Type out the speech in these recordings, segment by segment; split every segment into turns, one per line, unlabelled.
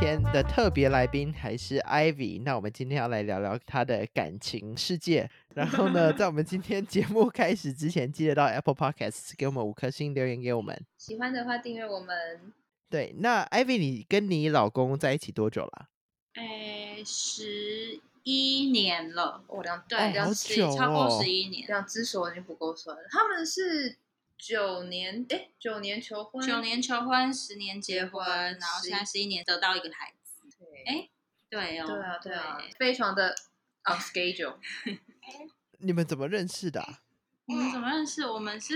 天的特别来宾还是 Ivy，那我们今天要来聊聊她的感情世界。然后呢，在我们今天节目开始之前，记得到 Apple Podcast 给我们五颗星留言给我们。
喜欢的话订阅我们。
对，那 Ivy，你跟你老公在一起多久了？
哎，十一年了，哦
我两
哎
对，
好
要十
久
超过
哦
十一年，
两只手已经不够酸了。他们是九年，哎，九年求婚，
九年求婚，十年结婚，
婚
然后
十
现在十一年得到一个孩子。
对，
哎对哦，
对啊，对啊
对，
非常 的 on schedule。
你们怎么认识的啊、
我们怎么认识？我们是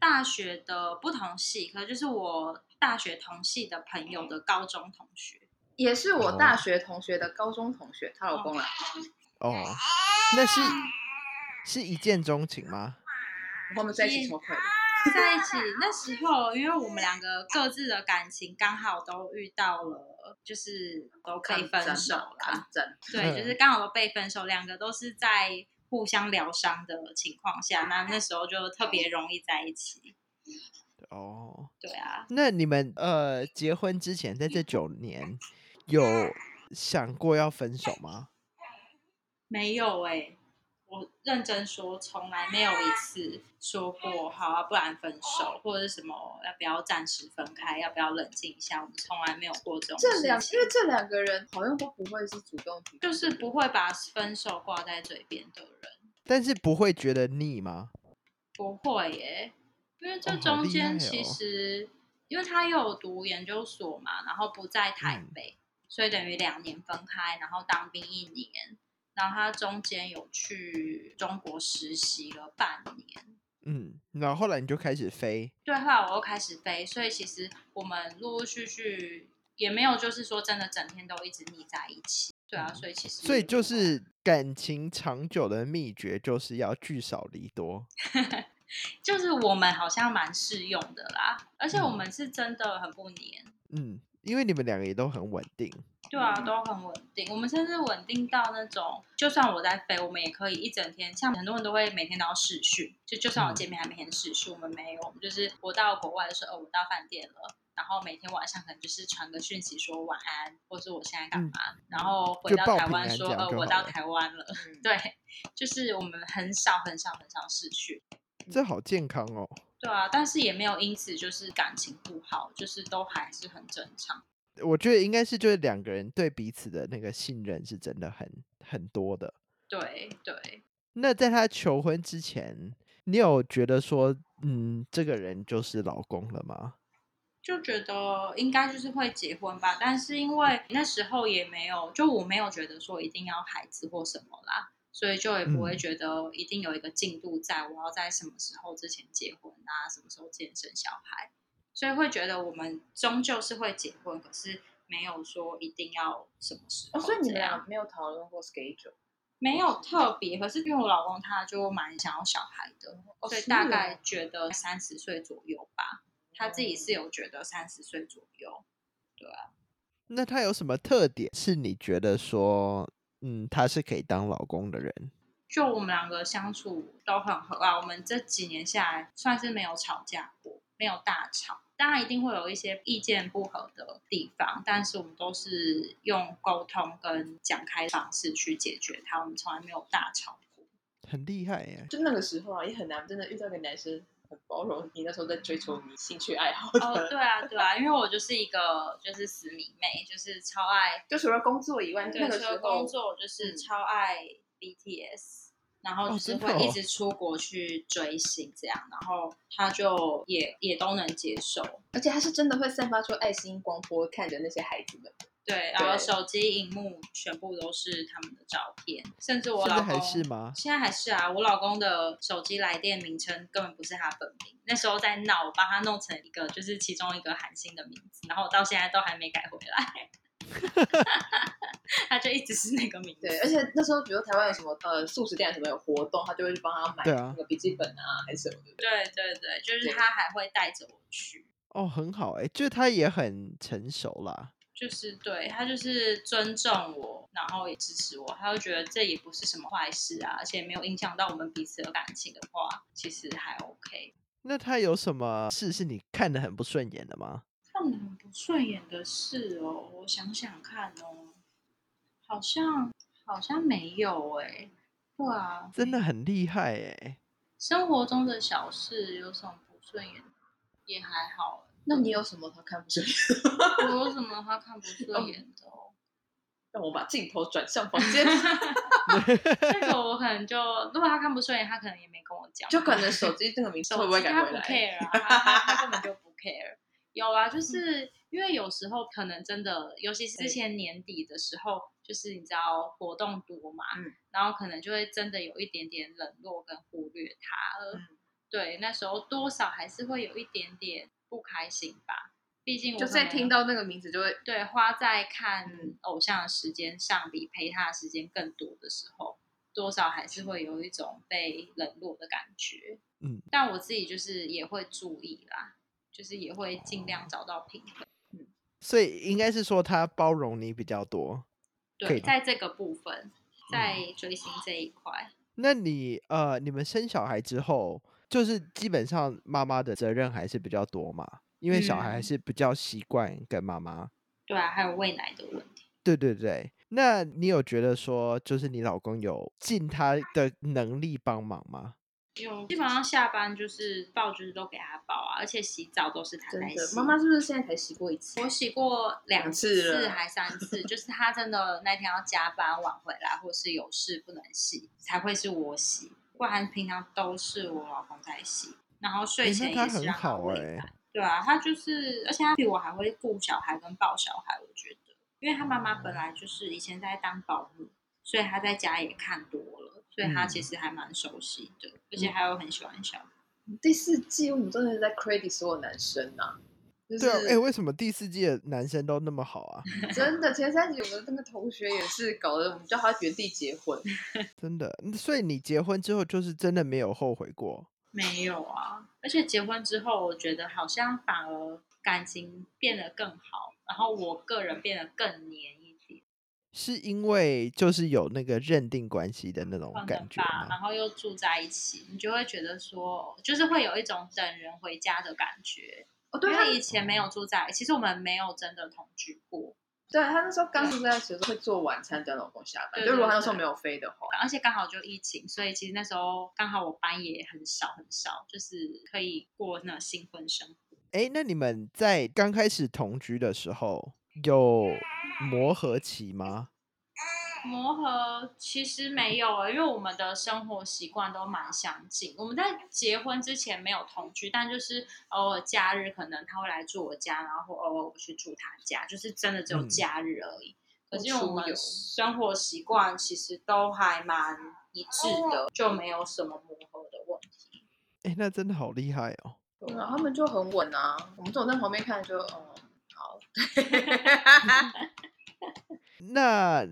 大学的不同系，可就是我大学同系的朋友的高中同学。
也是我
哦
大学同学的高中同学，她老公啦，
哦，那是是一见钟情吗？
我们在一起什么快乐？
在一起那时候，因为我们两个各自的感情刚好都遇到了，就是都可以分手啦。
抗战，
对，就是刚好都被分手，两个都是在互相疗伤的情况下，那那时候就特别容易在一起。
哦，
对啊，
那你们呃结婚之前，在这九年有想过要分手吗？
没有哎、我认真说，从来没有一次说过好啊，不然分手，或者是什么要不要暂时分开，要不要冷静一下，我们从来没有过这种
这两
事情
因为这两个人好像都不会是主动提，
就是不会把分手挂在嘴边的人，
但是不会觉得腻吗？
不会耶、因为这
哦好
中
厉害
间
哦
其实、因为他又有读研究所嘛，然后不在台
嗯
北，所以等于两年分开，然后当兵一年，然后他中间有去中国实习了半年。
嗯，然后后来你就开始飞，
对，后来我又开始飞，所以其实我们陆陆续续也没有就是说真的整天都一直腻在一起。对啊，
嗯
所以其实
所以就是感情长久的秘诀就是要聚少离多。
就是我们好像蛮适用的啦，而且我们是真的很不黏，
嗯，因为你们两个也都很稳定。
对啊，
嗯
都很稳定。我们甚至稳定到那种，就算我在飞，我们也可以一整天，像很多人都会每天都要视讯，就就算我
嗯
见面还每天视讯，我们没有，我们就是我到国外的时候，哦我到饭店了。然后每天晚上可能就是传个讯息说晚安，或是我现在干嘛，然后
嗯
回
就
到
报
台
平
湾
安
说
这样
呃
就
我
好
到
了
台湾了，
嗯，
对，就是我们很少很少很少视讯，
这好健康哦。
对啊，但是也没有因此就是感情不好，就是都还是很正常。
我觉得应该是就是两个人对彼此的那个信任是真的很很多的。
对对，
那在他求婚之前，你有觉得说，嗯，这个人就是老公了吗？
就觉得应该就是会结婚吧，但是因为那时候也没有，就我没有觉得说一定要孩子或什么啦，所以就也不会
嗯
觉得一定有一个进度在，我要在什么时候之前结婚啊，什么时候之前生小孩，所以会觉得我们终究是会结婚，可是没有说一定要什么时候
哦，
这
所
样、
以你们俩没有讨论过 schedule，
没有特别，可是因为我老公他就蛮想要小孩的，
哦
所以
是
大
哦
概觉得三十岁左右吧，他自己是
哦
有觉得三十岁左右。
那他有什么特点是你觉得说，嗯，他是可以当老公的人？
就我们两个相处都很和啊，我们这几年下来算是没有吵架过，没有大吵。当然一定会有一些意见不合的地方，但是我们都是用沟通跟讲开的方式去解决它，我们从来没有大吵过。
很厉害耶！
就那个时候啊，也很难真的遇到一个男生很包容你，那时候在追求你兴趣爱好
哦，
的，
对啊，对啊，因为我就是一个就是死迷妹，就是超 爱
就除了工作以外，
对，
那个
除
时
了
候
工作我就是
嗯
超爱 BTS，、然后
哦
就是
真的
会一
哦
直出国去追星这样，然后他就也也都能接受。
而且他是真的会散发出爱心光波，看着那些孩子们。
对，然后
对
手机荧幕全部都是他们的照片，甚至我
现
老
在
公
还是吗？
现在还是啊，我老公的手机来电名称根本不是他本名，那时候在闹，我帮他弄成一个就是其中一个韩星的名字，然后我到现在都还没改回来，他就一直是那个名字。
对，而且那时候比如台湾有什么呃素食店什么有活动，他就会去帮他买
对啊
那个笔记本啊，还是什么的。
对对对，就是他还会带着我去，
哦，很好哎，就是他也很成熟啦。
就是对他就是尊重我，然后也支持我，他会觉得这也不是什么坏事啊，而且没有影响到我们彼此的感情的话，其实还 OK。
那他有什么事是你看得很不顺眼的吗？
看得很不不顺眼的事哦，我想想看哦，好像好像没有哎、对啊，
真的很厉害哎、
生活中的小事有什么不顺眼，也还好。
那你有什么他看不顺眼？
我有什么他看不顺眼的、哦？
让我把镜头转向房间，
这个我可能就，如果他看不顺眼，他可能也没跟我讲，
就可能手机这个名字会不会
手机
改
他
回
不
来？ 嗯
care 啊，他他他根本就不 care。有啊，就是因为有时候可能真的，尤其是之前年底的时候，就是你知道活动多嘛，
嗯
然后可能就会真的有一点点冷落跟忽略他了。
嗯
对，那时候多少还是会有一点点不开心吧，毕竟我
就在
可能
听到那个名字就会
对花在看
嗯
偶像的时间上比陪他的时间更多的时候，多少还是会有一种被冷落的感觉。
嗯，
但我自己就是也会注意啦，就是也会尽量找到平衡。
所以应该是说他包容你比较多。可以嗯
对，
吧
在这个部分，在追星这一块，
那你呃，你们生小孩之后，就是基本上妈妈的责任还是比较多嘛，因为小孩还
嗯
是比较习惯跟妈妈。
对啊，还有喂奶的问题。
对对对，那你有觉得说，就是你老公有尽他的能力帮忙吗？
因为我基本上下班就是抱，就是都给他抱啊，而且洗澡都是他
真
在
的。
洗。
妈妈是不是现在才洗过一次
我？洗过两
两次了
还三次，就是他真的那天要加班晚回来，或是有事不能洗，才会是我洗，不然平常都是我老公在洗。然后睡
诶
前
那
也
他
是
很
让他
好
喂
哎、
奶。对啊，他就是，而且他比我还会顾小孩跟抱小孩，我觉得，因为他妈妈本来就是以前在当保姆，所以他在家也看多了，所以他
嗯
其实还蛮熟悉的，而且他又很喜欢小孩。
第四季我们真的是在 credit 所有男生啊，就
对啊，哎、
是
为什么第四季的男生都那么好啊？
真的前三集我们那个同学也是搞得我们叫他原地结婚，
真的，嗯所以你结婚之后就是真的没有后悔过，
没有啊，而且结婚之后，我觉得好像反而感情变得更好，然后我个人变得更黏一点，
是因为就是有那个认定关系的那种
可能
感觉
吧。然
吗？
后又住在一起，你就会觉得说，就是会有一种等人回家的感觉。
哦，对
因
他
为以前没有住在，其实我们没有真的同居过，
对他那时候刚住在一起的时候会做晚餐等老公下班，
对
就如果
对
他那时候
对
没有飞的话，
而且刚好就疫情，所以其实那时候刚好我班也很少很少，就是可以过那新婚生活。
哎、那你们在刚开始同居的时候有磨合期吗？
磨合其实没有啊，因为我们的生活习惯都蛮相近。我们在结婚之前没有同居，但就是偶尔假日可能他会来住我家，然后偶尔我去住他家，就是真的只有
嗯
假日而已。可
或
是因为我
出
们
游
生活习惯其实都还蛮一致的，就没有什么磨合的问题。
哎、那真的好厉害哦。
对啊，他们就很稳啊，我们这种在旁边看就哦。好，
那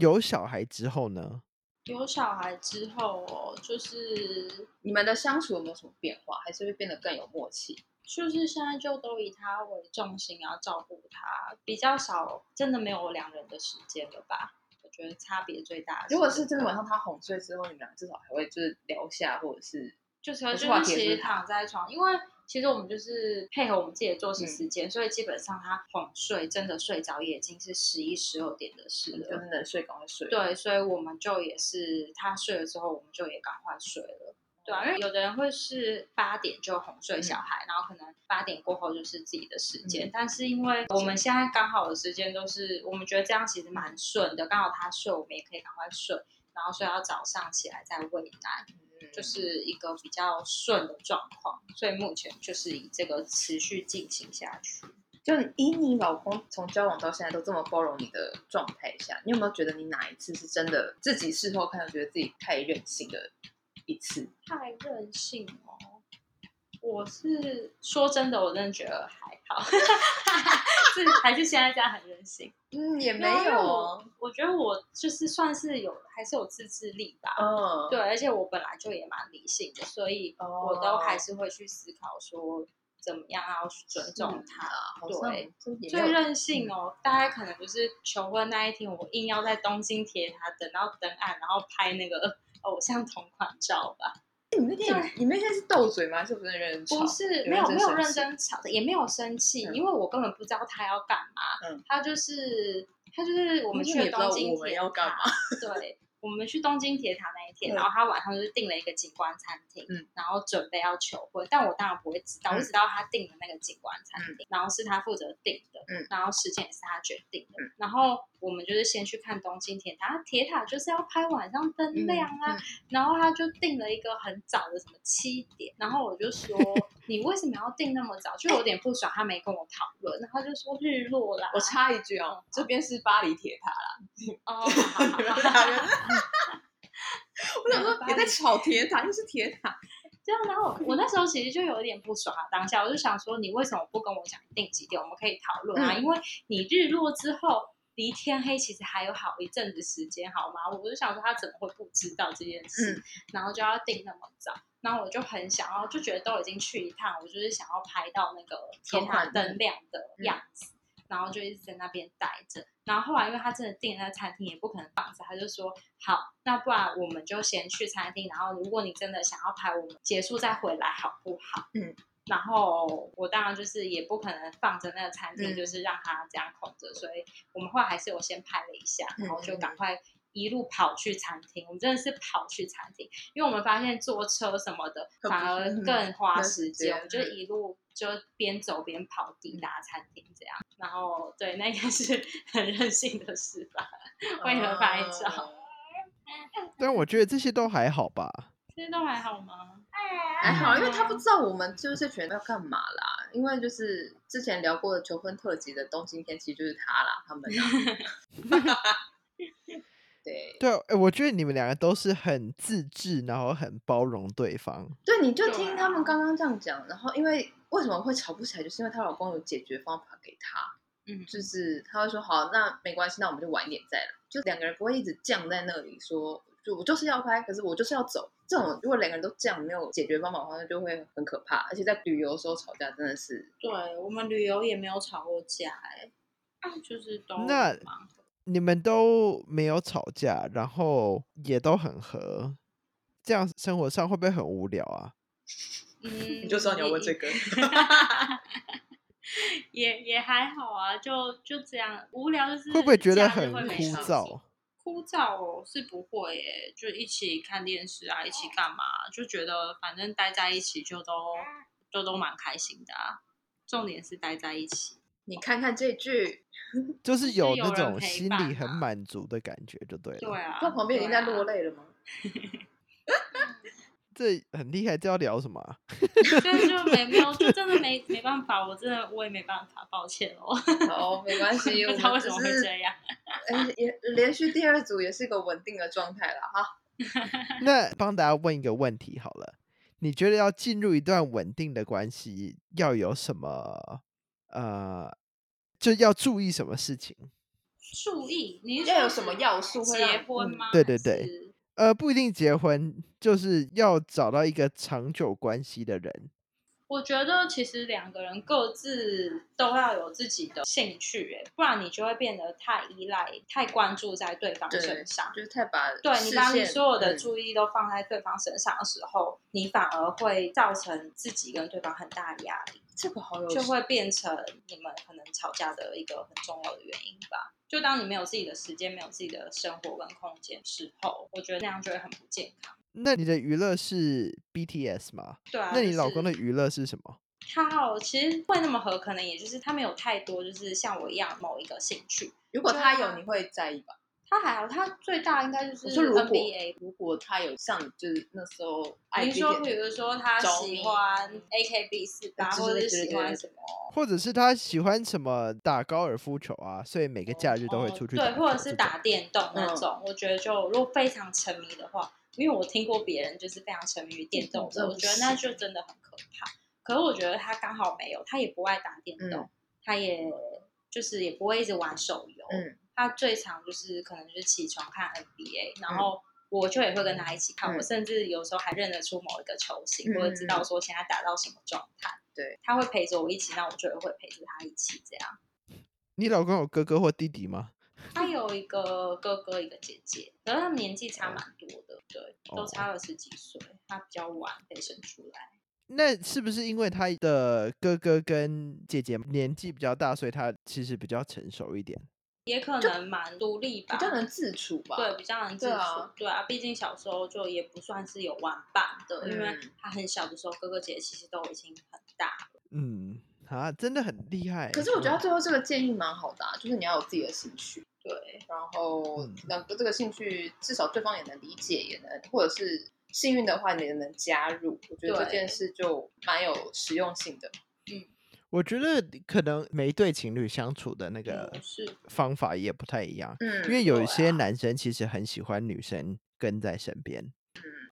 有小孩之后呢？
有小孩之后哦，就是
你们的相处有没有什么变化？还是会变得更有默契？
就是现在就都以他为重心，要照顾他，比较少，真的没有两人的时间了吧？我觉得差别最大的这个。
如果是真的晚上他哄睡之后，你们俩至少还会就是聊一下，或者是
就是
我
就是
话
是
题
其
也
实
是
躺在床，因为其实我们就是配合我们自己的
嗯
作息时间，所以基本上他哄睡真的睡着也已经是十一十二点的事
就
了。
是能睡赶快睡。
对，所以我们就也是他睡了之后，我们就也赶快睡了。对啊，因为有的人会是八点就哄睡小孩，然后可能八点过后就是自己的时间。但是因为我们现在刚好的时间都是，我们觉得这样其实蛮顺的，刚好他睡，我们也可以赶快睡，然后睡到早上起来再喂奶，
嗯，就
就
是
是一个比较顺的状况。所以目前就是以这个持续进行下去。
就以你老公从交往到现在都这么包容你的状态下，你有没有觉得你哪一次是真的自己事后看，觉得自己太任性的一次？
太任性哦！我是说真的，我真的觉得还好，是还是现在这样很任性。
嗯，也
因为我，我觉得我就是算是有，还是有自制力吧。
嗯，
对，而且我本来就也蛮理性的，所以我都还是会去思考说怎么样要去尊重他。
好像
啊对，
这也
最
要
任性哦，大概可能就是求婚那一天，我硬要在东京铁塔等到灯暗，然后拍那个偶像同款照吧。
你那天你那天是斗嘴吗？还是不是认真吵
不？是，
有
没有
认真
没有
生
认
气
真吵，也没有生气，
嗯
因为我根本不知道他要干嘛。
嗯
他就是他就是我们
因
去
为你
了
不知道
东京
我们
铁
要干
塔，对。我们去东京铁塔那一天，
嗯
然后他晚上就是订了一个景观餐厅，
嗯
然后准备要求婚，但我当然不会知道，
嗯
我只知道他订的那个景观餐厅，然后是他负责订的，
嗯
然后时间也是他决定的，
嗯
然后我们就是先去看东京铁塔，啊铁塔就是要拍晚上灯亮
嗯
啊，
嗯
然后他就定了一个很早的什么七点，然后我就说你为什么要定那么早？就有点不爽，他没跟我讨论，然后他就说日落啦。
我插一句
嗯
哦，这边是巴黎铁 塔，
哦，好
你们
好
大
好
家我想
嗯
说也在吵铁塔，又是铁塔，
这样，然后我我那时候其实就有点不爽啊，当下我就想说你为什么不跟我讲定几点，我们可以讨论啊，
嗯
因为你日落之后。离天黑其实还有好一阵子时间，好吗？我就想说他怎么会不知道这件事，
嗯
然后就要定那么早，然后我就很想要，就觉得都已经去一趟，我就是想要拍到那个天
同款
塔
的嗯
灯亮的样子，然后就一直在那边待着。然后后来，因为他真的订了那餐厅，也不可能放着，他就说好，那不然我们就先去餐厅，然后如果你真的想要拍，我们结束再回来，好不好？
嗯。
然后我当然就是也不可能放着那个餐厅，
嗯
就是让他这样空着，所以我们后来还是有先拍了一下，
嗯
然后就
嗯
赶快一路跑去餐厅。我们真的是跑去餐厅，因为我们发现坐车什么的
很
反
不
而
嗯
更花
花
时
时
间，
间
我们就一路就边走边跑抵
嗯
达餐厅这样。然后对，那个是 很任性的事吧，为了拍照，
哦。
但我觉得这些都还好吧。
这些都还好吗？
还好，因为他不知道我们就是这群人要干嘛啦。因为就是之前聊过的求婚特辑的东京天气就是他啦，他们啊。 对，
对啊，哎我觉得你们两个都是很自制，然后很包容对方。
对，你就
对
听
啊
他们刚刚这样讲，然后因为为什么会吵不起来，就是因为她老公有解决方法给她，
嗯
就是她会说好，那没关系，那我们就晚一点再来，就两个人不会一直犟在那里说，就我就是要拍，可是我就是要走。这种如果两个人都这样没有解决方法的话，那就会很可怕，而且在旅游的时候吵架真的是
对我们旅游也没有吵过架、欸，哎，
嗯
就是都
那
蛮
你们都没有吵架，然后也都很和，这样生活上会不会很无聊啊？
嗯，
你就知道你要问这
也
个。
也也还好啊，就就这样无聊，就是
会不会觉得
假日
很
嗯会
枯
没
事
事
燥？
枯燥哦，是不会耶，就一起看电视啊，一起干嘛，就觉得反正待在一起就都就都蛮开心的啊。重点是待在一起，
你看看这句，
就是
是
有
有
那
人
种
陪
心
伴
里很
啊
满足的感觉，就对了。
对啊，
那旁边已经在落
泪，
泪 了吗？
这很厉害，这要聊什么啊、
对，就没没有，就真 的没没办法，我真的我也没办法，抱歉哦，
好，没关系，
不
我
知道为
们
什
只
么会
是
这样。
哎，也连续第二组也是一个稳定的状态了哈。
那帮大家问一个问题好了，你觉得要进入一段稳定的关系，要有什么呃，就要注意什么事情？
注意，你是
要
说
有什么要素会让嗯
结婚吗？
对对对
还是
呃，不一定结婚，就是要找到一个长久关系的人。
我觉得其实两个人各自都要有自己的兴趣，哎，不然你就会变得太依赖、太关注在对方
对
身上
嗯、。就是太把
对你
视
把你
线
所有的
嗯
注意都放在对方身上的时候，你反而会造成自己跟对方很大的压力，
这个好有
就会变成你们可能吵架的一个很重要的原因吧。就当你没有自己的时间、没有自己的生活跟空间时候，我觉得那样就会很不健康。
那你的娱乐是 BTS 吗？
对啊，
那你
就
老
是
公的娱乐是什么？
他哦，其实会那么合，可能也就是他没有太多，就是像我一样某一个兴趣。
如果他有，
对啊
你会在意吧？
他还好，他最大应该就
我
是
说哦如果
NBA。
如果他有像你就是那时候爱
您
一
说，
点
比如说他
着
喜
迷哎
欢 AKB 四八，
就是
或者
对
是
对
喜
对
欢
对
什么？
或者是他喜欢什么打高尔夫球啊，所以每个假日都会
哦
出去打
对，
球
或者是
这
打
种
电动那
嗯
种，我觉得就如果非常沉迷的话，因为我听过别人就是非常沉迷于电动
真
的，
的
我
不
觉得那
行
就真的很可怕。可是我觉得他刚好没有，他也不爱打电动，
嗯
他也就是也不会一直玩手游，
嗯
他最常就是可能就是起床看 NBA，然
嗯
后。我就也会跟他一起看，我
嗯
甚至有时候还认得出某一个球星，
嗯
或者知道说现在打到什么状态。
对，
他会陪着我一起，那我就也会陪着他一起这样。
你老公有哥哥或弟弟吗？
他有一个哥哥，一个姐姐，可是他们年纪差蛮多的，对，
哦
都差了十几岁。他比较晚被生出来，
那是不是因为他的哥哥跟姐姐年纪比较大，所以他其实比较成熟一点？
也可能蛮独立吧
比，较能自处吧。
啊对，比较能自
对
处
啊。
对啊，毕竟小时候就也不算是有玩伴的，因为
嗯
他很小的时候，哥哥姐姐其实都已经很大了。
嗯，啊，真的很厉害欸。
可是我觉得他
嗯
最后这个建议蛮好的、啊，就是你要有自己的兴趣，
对，
然后
嗯
两个这个兴趣至少对方也能理解，也能或者是幸运的话你也能加入，我觉得
对
这件事就蛮有实用性的。
我觉得可能每一对情侣相处的那个
嗯是
方法也不太一样，
嗯，
因为有
对
一些
啊
男生其实很喜欢女生跟在身边。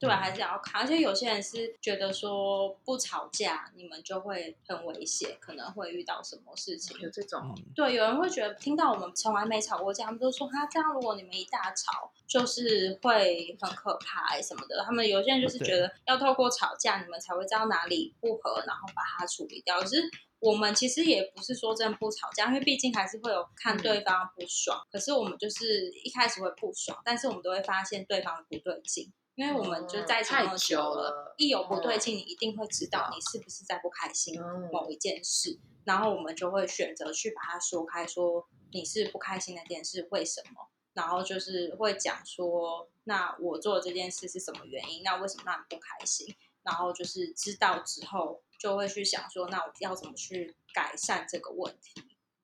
对，啊
嗯
还是要看。而且有些人是觉得说不吵架，你们就会很危险，可能会遇到什么事情。
有这种
嗯，
对，有人会觉得听到我们从来没吵过架，他们就说他这样，如果你们一大吵，就是会很可怕、欸、什么的。他们有些人就是
对
觉得要透过吵架，你们才会知道哪里不合，然后把它处理掉。可是我们其实也不是说真的不吵架，因为毕竟还是会有看
嗯
对方不爽。可是我们就是一开始会不爽，但是我们都会发现对方不对劲。因为我们就
嗯
在一起
太
那么
久
久
了
一有不对
嗯啊
劲，你一定会知道你是不是在不开心
嗯
某一件事。然后我们就会选择去把它说开，说你是不开心那件事为什么，然后就是会讲说，那我做这件事是什么原因，那为什么让你不开心，然后就是知道之后就会去想说，那我要怎么去改善这个问题。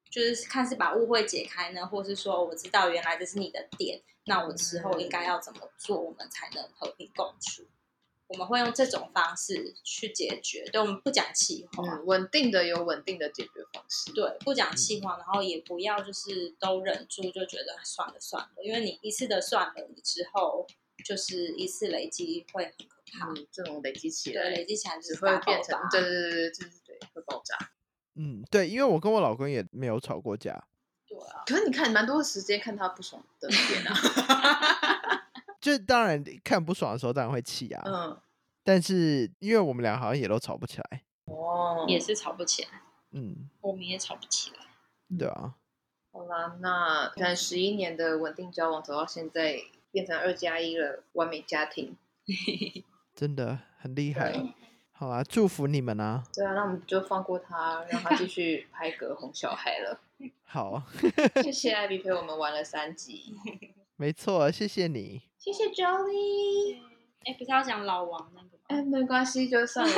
就是看是把误会解开呢，或是说我知道原来这是你的点，那我之后应该要怎么做，我们才能和平共处？我们会用这种方式去解决，对，我们不讲气话，
嗯稳定的有稳定的解决方式。
对，
嗯
不讲气话，然后也不要就是都忍住，就觉得算了算了，因为你一次的算了，你之后就是一次累积会很可怕，
嗯，这种累积起
对，
来
累积起来就
只
是
会
大
变
爆
成
发，
对对对对对对对会爆炸。
嗯，对，因为我跟我老公也没有吵过架，
对啊，
可是你看，蛮多时间看他不爽的点 啊。
就当然看不爽的时候当然会气啊，
嗯，
但是因为我们俩好像也都吵不起来，
哦，
也是吵不起来，
嗯，
我们也吵不起来，嗯
对啊，
好啦，那可能十一年的稳定交往走到现在，变成二加一了，完美家庭。
真的很厉害
对。
好啦，祝福你们啊！
对啊，那我们就放过他，让他继续拍嗝哄小孩了。
好，
谢谢艾比陪我们玩了三集，
没错，谢谢你。
谢谢 Jolly。
哎，不是要讲老王那个吗？
哎，没关系，就 算了。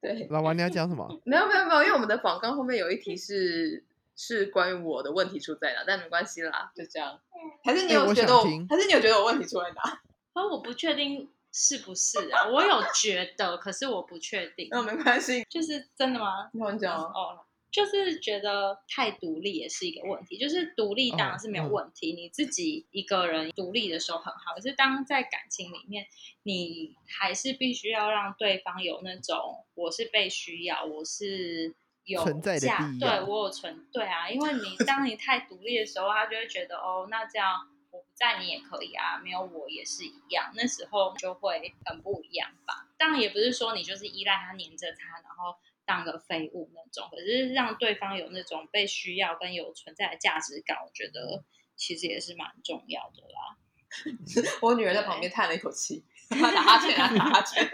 对，
老王，你要讲什 么？
没有没有没有，因为我们的访纲后面有一题是是关于我的问题出在哪，但没关系啦，就这样。还是你
哎
有
我
觉
想
得我，
听
还是你有觉得我问题出在哪？
可哦我不确定是不是啊，我有觉得，可是我不确定，
那没关系，
就是真的吗？
你跟我讲啊。
哦，就是觉得太独立也是一个问题，就是独立当然是没有问题，你自己一个人独立的时候很好，可是当在感情里面，你还是必须要让对方有那种我是被需要，我是。有
存在的
价
必要
对我有存对啊，因为 你当你太独立的时候，他就会觉得哦，那这样我不在你也可以啊，没有我也是一样，那时候就会很不一样吧。当然也不是说你就是依赖他、黏着他，然后当个废物那种，可是让对方有那种被需要跟有存在的价值感，我觉得其实也是蛮重要的啦。
我女儿在旁边叹了一口气，她打哈欠，她打哈 欠。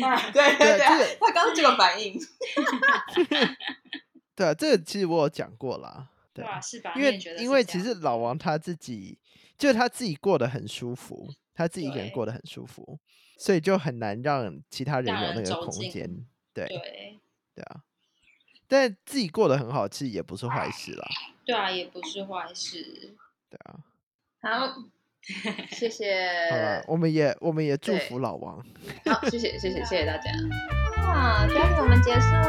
哎， 对
对这
对
个
对，她刚刚这个反应，
对啊，这个其实我有讲过啦。对
对啊，是吧？
因
你也
为
觉得
因
是
为
这
其
样
实老王他自己，就他自己过得很舒服，他自己一个人
对
过得很舒服，所以就很难让其他人
让
有
人
那个
走
空
进
间。对
对
对啊，但自己过得很好，其实也不是坏事啦。
对啊，也不是坏事。
对啊，
好，
好了
谢谢，，
我们也我们也祝
对
福老王。
好，谢谢，谢谢，谢谢大家。哇，家庭我们结束